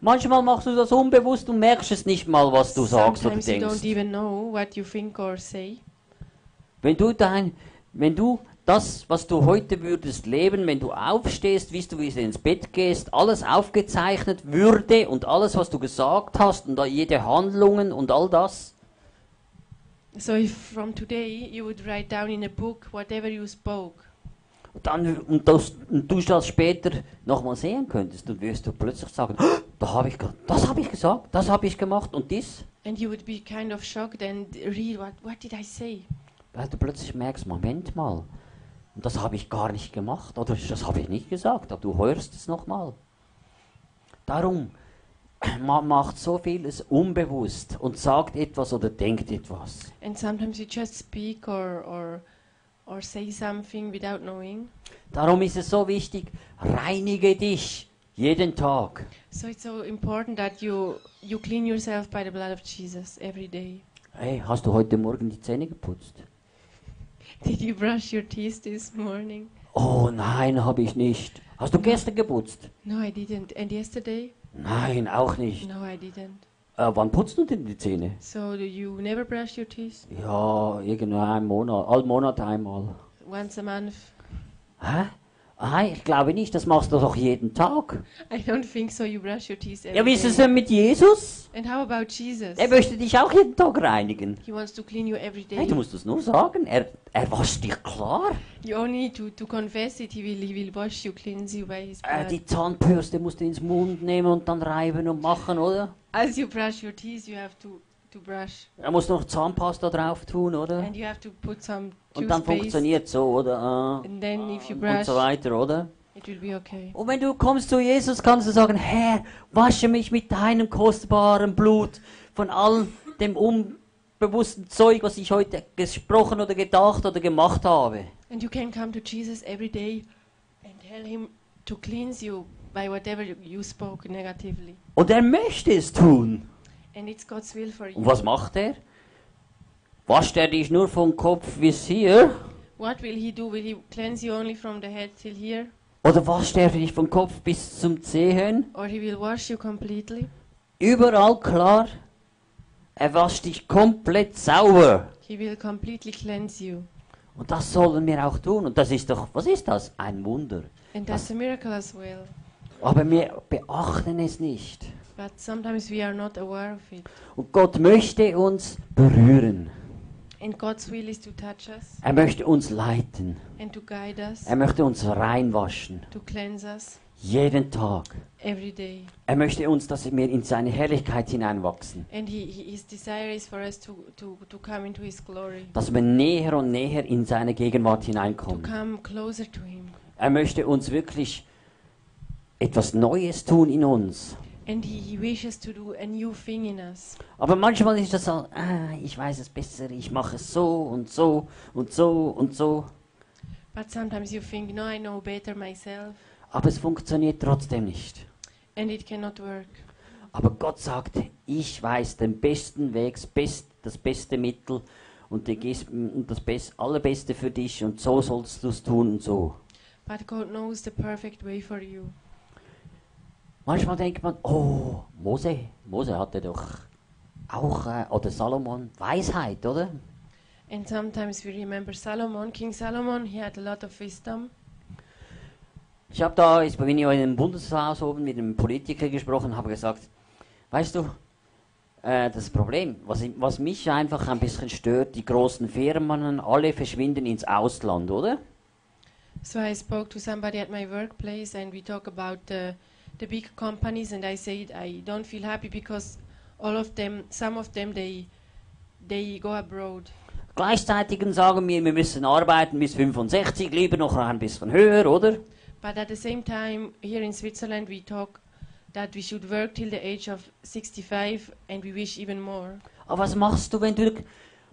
Speaker 1: Manchmal machst du das unbewusst und merkst es nicht mal, was du sagst oder
Speaker 2: Sometimes you don't
Speaker 1: denkst.
Speaker 2: even know what you think or say.
Speaker 1: Wenn du dein, wenn du das, was du heute würdest leben, wenn du aufstehst, wie du wieder ins Bett gehst, alles aufgezeichnet würde und alles, was du gesagt hast und da jede Handlungen und all das,
Speaker 2: So if from today you would write down in a book whatever you spoke,
Speaker 1: dann und, das, und du das später nochmal sehen könntest, dann wirst du plötzlich sagen, "Oh, da habe ich, ge- das habe ich gesagt, das habe ich gemacht und dies,
Speaker 2: and you would be kind of shocked and read what what did I say?
Speaker 1: weil du plötzlich merkst, Moment mal, und das habe ich gar nicht gemacht oder das habe ich nicht gesagt, aber du hörst es nochmal. Darum, man macht so vieles unbewusst und sagt etwas oder denkt etwas.
Speaker 2: And sometimes you just speak or or or say something without knowing.
Speaker 1: Darum ist es so wichtig, reinige dich Jeden Tag.
Speaker 2: So it's so important that you you clean yourself by the blood of Jesus every day.
Speaker 1: Hey, hast du heute Morgen die Zähne geputzt?
Speaker 2: Did you brush your teeth this morning?
Speaker 1: Oh nein, habe ich nicht. Hast du gestern geputzt?
Speaker 2: No, I didn't. And yesterday?
Speaker 1: Nein, auch nicht.
Speaker 2: No, I didn't.
Speaker 1: Äh, wann putzt du denn die Zähne?
Speaker 2: So do you never brush your teeth?
Speaker 1: Ja, irgendein Monat, all Monat einmal.
Speaker 2: Once a month?
Speaker 1: Hä? Ah, ich glaube nicht, das machst du doch jeden Tag.
Speaker 2: I don't think so. You brush your teeth every
Speaker 1: Ja, wie ist
Speaker 2: day.
Speaker 1: es denn mit Jesus?
Speaker 2: And how about Jesus?
Speaker 1: Er möchte dich auch jeden Tag reinigen.
Speaker 2: He wants to clean you every day.
Speaker 1: Hey, du musst es nur sagen, er, er wascht dich klar.
Speaker 2: You only need to, to confess it. He will, he will wash you, cleanse you by his
Speaker 1: Äh,
Speaker 2: blood.
Speaker 1: die Zahnbürste musst du ins Mund nehmen und dann reiben und machen, oder?
Speaker 2: As you brush your teeth, you have to, to brush.
Speaker 1: Er muss noch Zahnpasta drauf tun, oder?
Speaker 2: And you have to put some
Speaker 1: Und dann
Speaker 2: toothpaste.
Speaker 1: funktioniert so, oder? Äh,
Speaker 2: And then if you
Speaker 1: und
Speaker 2: brush,
Speaker 1: so weiter, oder?
Speaker 2: it will be okay.
Speaker 1: Und wenn du kommst zu Jesus, kannst du sagen, Herr, wasche mich mit deinem kostbaren Blut von all dem unbewussten Zeug, was ich heute gesprochen oder gedacht oder gemacht habe.
Speaker 2: And you can come to Jesus every day and tell him to cleanse you by whatever you- you spoke negatively.
Speaker 1: Und er möchte es tun.
Speaker 2: And it's God's will for
Speaker 1: Und
Speaker 2: you.
Speaker 1: was macht er? Wascht er dich nur vom Kopf bis hier?
Speaker 2: What will he do? Will he cleanse you only from the head till here?
Speaker 1: Oder wascht er dich vom Kopf bis zum Zehen?
Speaker 2: Or he will wash you completely?
Speaker 1: Überall klar, er wascht dich komplett sauber.
Speaker 2: He will completely cleanse you.
Speaker 1: Und das sollen wir auch tun. Und das ist doch, was ist das? Ein Wunder.
Speaker 2: And that's a miracle as well.
Speaker 1: Aber wir beachten es nicht.
Speaker 2: But sometimes we are not aware of it.
Speaker 1: Und Gott möchte uns berühren.
Speaker 2: And God's will is to touch us
Speaker 1: Er möchte uns leiten.
Speaker 2: and to guide us,
Speaker 1: Er möchte uns reinwaschen.
Speaker 2: to cleanse us
Speaker 1: Jeden Tag.
Speaker 2: every day.
Speaker 1: Er möchte uns, dass wir in seine Herrlichkeit hineinwachsen.
Speaker 2: And he, he, His desire is for us to, to, to come into His glory,
Speaker 1: Dass wir näher und näher in seine Gegenwart
Speaker 2: to
Speaker 1: hineinkommen.
Speaker 2: come closer to Him.
Speaker 1: Er möchte uns wirklich etwas Neues tun in uns.
Speaker 2: And He, he wishes to do a new thing in us.
Speaker 1: Aber manchmal ist das so, ah, ich weiß es besser, ich mache es so und so und so und so.
Speaker 2: But sometimes you think, no, I know better myself,
Speaker 1: Aber es funktioniert trotzdem nicht.
Speaker 2: and it cannot work.
Speaker 1: Aber Gott sagt, ich weiß den besten Weg, das best- das beste Mittel und die Ges- und das Best, Allerbeste für dich und so sollst du es tun und so.
Speaker 2: But God knows the perfect way for you.
Speaker 1: Manchmal denkt man, oh, Mose, Mose hatte doch auch, äh, oder Salomon, Weisheit, oder?
Speaker 2: And sometimes we remember Solomon, King Solomon, he had a lot of wisdom.
Speaker 1: Ich habe da, jetzt bin ich in einem Bundeshaus oben mit einem Politiker gesprochen, habe gesagt, weißt du, äh, das Problem, was, ich- was mich einfach ein bisschen stört, die großen Firmen, alle verschwinden ins Ausland, oder?
Speaker 2: So I spoke to somebody at my workplace, and we talk about the the big companies, and I said I don't feel happy because all of them, some of them, they they go abroad,
Speaker 1: Gleichzeitig sagen wir, wir müssen arbeiten bis 65, lieber noch ein bisschen höher, oder?
Speaker 2: but at the same time, here in Switzerland, we talk that we should work till the age of 65, and we wish even more.
Speaker 1: Aber was machst du, wenn du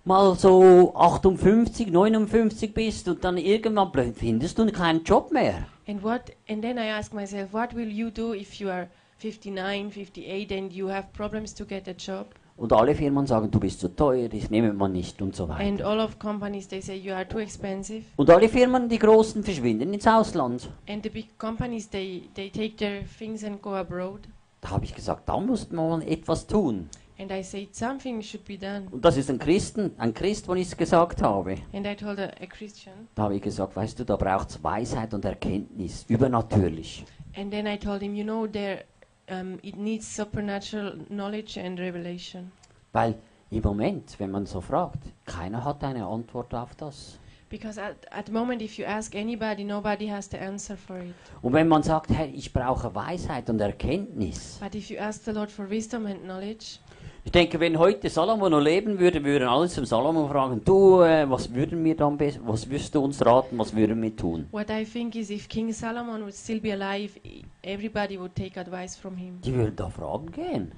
Speaker 1: mal so 58, 59 bist und dann irgendwann plö- findest du keinen Job mehr?
Speaker 2: And what? And then I ask myself, what will you do if you are 59, 58, and you have problems to get a job?
Speaker 1: Und alle Firmen sagen, du bist zu teuer, dich nehmen wir nicht und so weiter.
Speaker 2: And all of companies, they say you are too expensive.
Speaker 1: Und alle Firmen, die großen, verschwinden ins Ausland.
Speaker 2: And the big companies, they, they take their things and go abroad.
Speaker 1: Da habe ich gesagt, da muss man etwas tun.
Speaker 2: And I said something should be done.
Speaker 1: Und das ist ein Christen, ein Christ, wo ich es gesagt habe.
Speaker 2: And I told a, a Christian.
Speaker 1: Da habe ich gesagt, weißt du, da braucht es Weisheit und Erkenntnis, übernatürlich.
Speaker 2: And then I told him, you know, there, um, it needs supernatural knowledge and revelation.
Speaker 1: Weil im Moment, wenn man so fragt, keiner hat eine Antwort auf das.
Speaker 2: Because at, at the moment, if you ask anybody, nobody has the answer for it.
Speaker 1: Und wenn man sagt, hey, ich brauche Weisheit und Erkenntnis.
Speaker 2: But if you ask the Lord for wisdom and knowledge,
Speaker 1: Ich denke, wenn heute Salomo noch leben würde, würden alle zum Salomo fragen, du, äh, was würden wir dann, bes- was würdest du uns raten, was würden wir tun?
Speaker 2: what I think is if King Solomon would still be alive, e- everybody would take advice from him.
Speaker 1: Die würden da fragen gehen.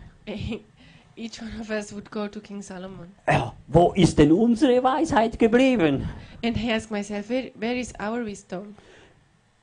Speaker 2: Each one of us would go to King Solomon.
Speaker 1: Ja, wo ist denn unsere Weisheit geblieben?
Speaker 2: And I ask myself, where, where is our wisdom?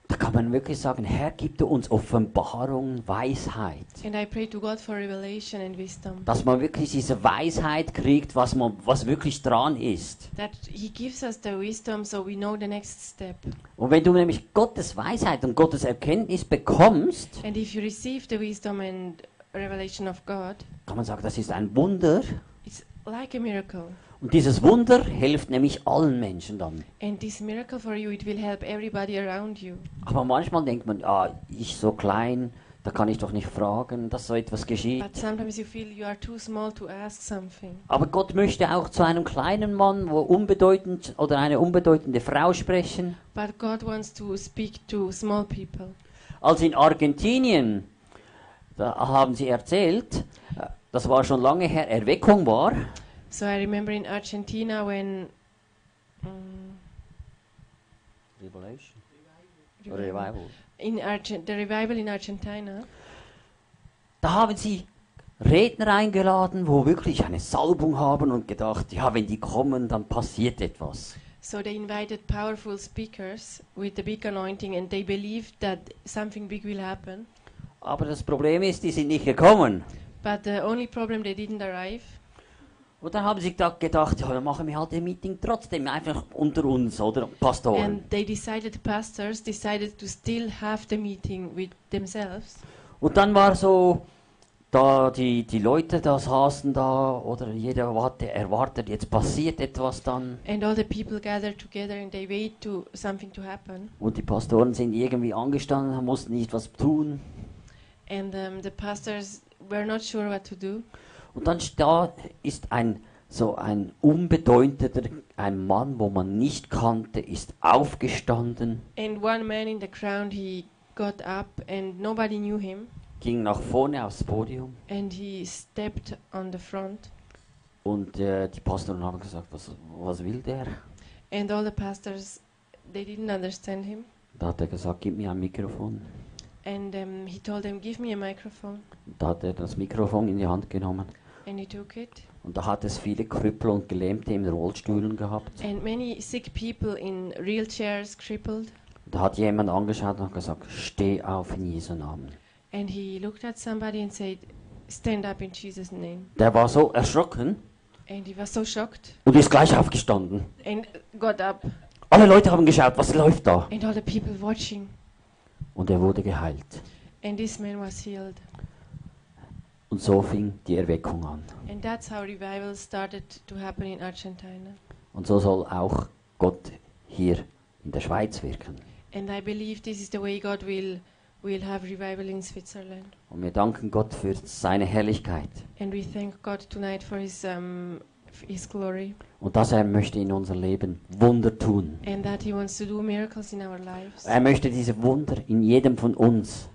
Speaker 1: Da kann kann man wirklich sagen, Herr, gib du uns Offenbarung, Weisheit.
Speaker 2: And I pray to God for revelation and wisdom.
Speaker 1: Dass man wirklich diese Weisheit kriegt, was, man, was wirklich dran ist.
Speaker 2: That He gives us the wisdom so we know the next step.
Speaker 1: Und wenn du nämlich Gottes Weisheit und Gottes Erkenntnis bekommst,
Speaker 2: And if you receive the wisdom and revelation of God,
Speaker 1: kann man sagen, das ist ein Wunder.
Speaker 2: it's like a miracle.
Speaker 1: Und dieses Wunder hilft nämlich allen Menschen dann.
Speaker 2: And this miracle for you, it will help everybody around you.
Speaker 1: Aber manchmal denkt man, ah, ich so klein, da kann ich doch nicht fragen, dass so etwas
Speaker 2: But
Speaker 1: geschieht.
Speaker 2: sometimes you feel you are too small to ask something.
Speaker 1: Aber Gott möchte auch zu einem kleinen Mann, wo unbedeutend oder eine unbedeutende Frau sprechen.
Speaker 2: But God wants to speak to small people.
Speaker 1: Als in Argentinien, da haben sie erzählt, äh, das war schon lange her, Erweckung war.
Speaker 2: So I remember in Argentina when. um,
Speaker 1: Revelation.
Speaker 2: revival-
Speaker 1: Revival.
Speaker 2: In Argent, the revival in Argentina.
Speaker 1: Da haben sie Redner eingeladen, wo wirklich eine Salbung haben und gedacht, ja, wenn die kommen, dann passiert etwas.
Speaker 2: So they invited powerful speakers with the big anointing, and they believed that something big will happen.
Speaker 1: Aber das Problem ist, die sind nicht gekommen.
Speaker 2: But the only problem they didn't arrive.
Speaker 1: Und dann haben sie da gedacht, ja, dann machen wir halt ein Meeting trotzdem, einfach unter uns, oder? Pastoren.
Speaker 2: And they decided, the pastors decided to still have the meeting with themselves.
Speaker 1: Und dann war so, da die, die Leute da saßen da, oder jeder hatte erwartet, jetzt passiert etwas dann.
Speaker 2: And all the people gathered together and they wait to something to happen.
Speaker 1: Und die Pastoren sind irgendwie angestanden, mussten nicht was tun.
Speaker 2: And um, the pastors were not sure what to do.
Speaker 1: Und dann da ist ein so ein unbedeutender, ein Mann, wo man nicht kannte, ist aufgestanden,
Speaker 2: And one man in the crowd, he got up and nobody knew him.
Speaker 1: ging nach vorne aufs Podium
Speaker 2: And he stepped on the front.
Speaker 1: und äh, die Pastoren haben gesagt, was, was will der?
Speaker 2: And all the pastors, they didn't understand him.
Speaker 1: Da hat er gesagt, gib mir ein Mikrofon.
Speaker 2: And um, he told them, give me a microphone.
Speaker 1: Da hat er das Mikrofon in die Hand genommen.
Speaker 2: And he took it.
Speaker 1: Und da hat es viele Krüppel und Gelähmte in Rollstühlen gehabt.
Speaker 2: And many sick people in wheelchairs, crippled.
Speaker 1: Da hat jemand angeschaut und hat gesagt, steh auf in Jesu Namen.
Speaker 2: And he looked at somebody and said, stand up in Jesus' name.
Speaker 1: Der war so erschrocken
Speaker 2: And he was so shocked
Speaker 1: und ist gleich aufgestanden.
Speaker 2: and got up.
Speaker 1: Alle Leute haben geschaut, was läuft da?
Speaker 2: And all the people watching.
Speaker 1: Und er wurde geheilt.
Speaker 2: And this man was healed.
Speaker 1: Und so fing die Erweckung an.
Speaker 2: And that's how revival started to happen in Argentina.
Speaker 1: Und so soll auch Gott hier in der Schweiz wirken.
Speaker 2: And I believe this is the way God will will have revival in Switzerland.
Speaker 1: Und wir danken Gott für seine Herrlichkeit
Speaker 2: And we thank God tonight for His um, f- His glory
Speaker 1: und dass er möchte in unser Leben Wunder tun.
Speaker 2: and that He wants to do miracles in our lives,
Speaker 1: Er möchte diese Wunder in jedem von uns,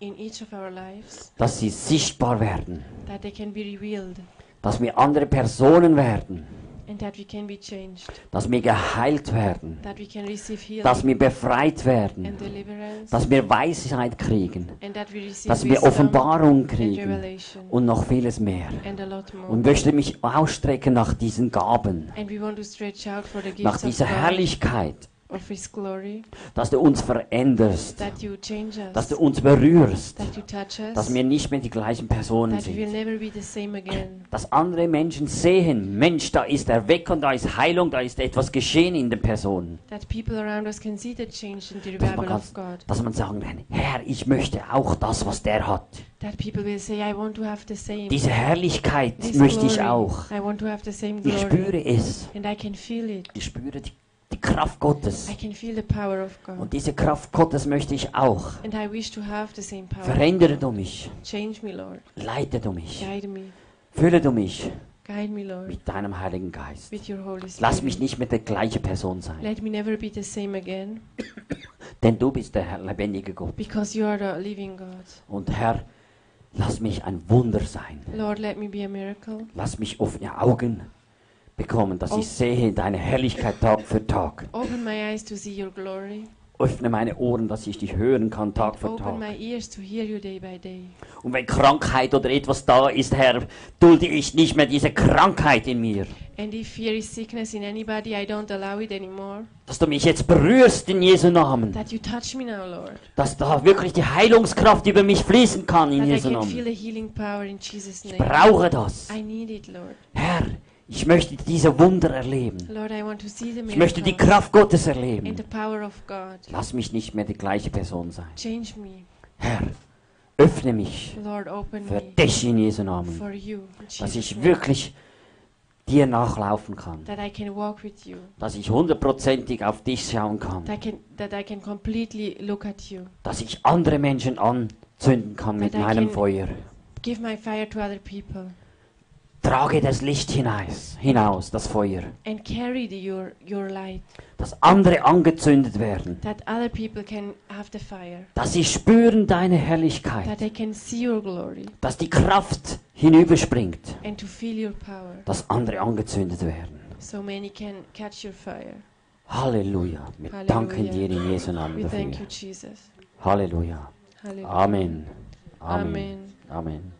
Speaker 2: in each of our lives,
Speaker 1: dass sie sichtbar werden,
Speaker 2: that they can be revealed
Speaker 1: dass wir andere Personen werden,
Speaker 2: and that we can be changed,
Speaker 1: dass wir geheilt werden,
Speaker 2: that we can receive
Speaker 1: dass
Speaker 2: healing
Speaker 1: wir befreit
Speaker 2: and
Speaker 1: werden,
Speaker 2: deliverance,
Speaker 1: dass wir Weisheit kriegen,
Speaker 2: and that we receive
Speaker 1: dass wir
Speaker 2: wisdom
Speaker 1: Offenbarung
Speaker 2: and
Speaker 1: kriegen
Speaker 2: revelation
Speaker 1: und noch vieles mehr.
Speaker 2: and a lot more.
Speaker 1: und möchte mich ausstrecken nach diesen Gaben,
Speaker 2: and we want to stretch out for the
Speaker 1: nach
Speaker 2: gifts of,
Speaker 1: dieser
Speaker 2: God,
Speaker 1: Herrlichkeit,
Speaker 2: of His glory,
Speaker 1: dass du uns veränderst,
Speaker 2: that you change us,
Speaker 1: dass du uns berührst,
Speaker 2: that you touch us,
Speaker 1: dass wir nicht mehr die gleichen Personen
Speaker 2: that we will
Speaker 1: sind.
Speaker 2: never be the same again.
Speaker 1: Dass andere Menschen sehen, Mensch, da ist er weg und da ist Heilung, da ist etwas geschehen in den Personen.
Speaker 2: That people around us can see the change in the
Speaker 1: Dass man,
Speaker 2: revival
Speaker 1: kann,
Speaker 2: of God.
Speaker 1: dass man sagen kann, Herr, ich möchte auch das, was der hat.
Speaker 2: That people will say, I want to have the same.
Speaker 1: Diese Herrlichkeit
Speaker 2: this
Speaker 1: möchte ich
Speaker 2: glory.
Speaker 1: auch.
Speaker 2: I want to have the same
Speaker 1: Ich
Speaker 2: glory.
Speaker 1: spüre es.
Speaker 2: And I can feel it.
Speaker 1: Ich spüre die, die Kraft Gottes.
Speaker 2: I can feel the power of
Speaker 1: Und
Speaker 2: God.
Speaker 1: diese Kraft Gottes möchte ich auch.
Speaker 2: And I wish to have the same power.
Speaker 1: Verändere du mich.
Speaker 2: Change me, Lord.
Speaker 1: Leite du mich.
Speaker 2: Guide me.
Speaker 1: Fülle du mich
Speaker 2: Guide me, Lord,
Speaker 1: mit deinem Heiligen Geist.
Speaker 2: with your Holy
Speaker 1: Lass mich
Speaker 2: Spirit.
Speaker 1: nicht mehr der gleiche Person sein,
Speaker 2: Let me never be the same again,
Speaker 1: denn du bist der Herr, lebendige Gott.
Speaker 2: because you are the living God.
Speaker 1: Und Herr, lass mich ein Wunder sein.
Speaker 2: Lord, let me be a miracle.
Speaker 1: Lass mich offene Augen bekommen, dass
Speaker 2: Oh.
Speaker 1: ich sehe deine Herrlichkeit Tag für Tag.
Speaker 2: Open my eyes to see your glory.
Speaker 1: öffne meine Ohren, dass ich dich hören kann Tag für
Speaker 2: Open
Speaker 1: Tag.
Speaker 2: my ears to hear you day by day.
Speaker 1: Und wenn Krankheit oder etwas da ist, Herr, dulde ich nicht mehr diese Krankheit in mir.
Speaker 2: And if there is sickness in anybody, I don't allow it anymore.
Speaker 1: Dass du mich jetzt berührst in Jesu Namen.
Speaker 2: That you touch me now, Lord.
Speaker 1: Dass da wirklich die Heilungskraft über mich fließen kann in
Speaker 2: That I
Speaker 1: Jesu
Speaker 2: can feel
Speaker 1: Namen.
Speaker 2: the healing power in Jesus'
Speaker 1: Ich
Speaker 2: name.
Speaker 1: brauche das.
Speaker 2: I need it, Lord.
Speaker 1: Herr, ich möchte diese Wunder erleben.
Speaker 2: Lord, I want to see the
Speaker 1: Ich möchte die
Speaker 2: miracles
Speaker 1: Kraft Gottes
Speaker 2: and the
Speaker 1: erleben.
Speaker 2: power of God.
Speaker 1: Lass mich nicht mehr die gleiche Person sein.
Speaker 2: Change me,
Speaker 1: Herr, öffne mich
Speaker 2: Lord. Open
Speaker 1: für
Speaker 2: me
Speaker 1: dich in Jesu Namen.
Speaker 2: for you, in
Speaker 1: Dass
Speaker 2: Jesus'
Speaker 1: ich
Speaker 2: name.
Speaker 1: wirklich dir nachlaufen kann.
Speaker 2: That I can walk with you.
Speaker 1: Dass ich hundertprozentig auf dich schauen kann.
Speaker 2: That I can that I can completely look at you.
Speaker 1: dass ich andere Menschen anzünden kann mit
Speaker 2: But I
Speaker 1: meinem
Speaker 2: can-
Speaker 1: Feuer.
Speaker 2: Give my fire to other people
Speaker 1: Trage das Licht hinaus, hinaus, das Feuer,
Speaker 2: and carry the, your your light.
Speaker 1: dass andere angezündet werden,
Speaker 2: That other people can have the fire.
Speaker 1: dass sie spüren deine
Speaker 2: That
Speaker 1: Herrlichkeit,
Speaker 2: they can see your glory
Speaker 1: dass die Kraft hinüberspringt,
Speaker 2: and to feel your power.
Speaker 1: dass andere angezündet werden.
Speaker 2: So many can catch your fire.
Speaker 1: Halleluja. Wir
Speaker 2: Halleluja.
Speaker 1: danken dir in Jesu Namen
Speaker 2: We thank you,
Speaker 1: dafür.
Speaker 2: Jesus.
Speaker 1: Halleluja.
Speaker 2: Hallelujah.
Speaker 1: Ah, Amen. Amen.
Speaker 2: Amen.
Speaker 1: Amen.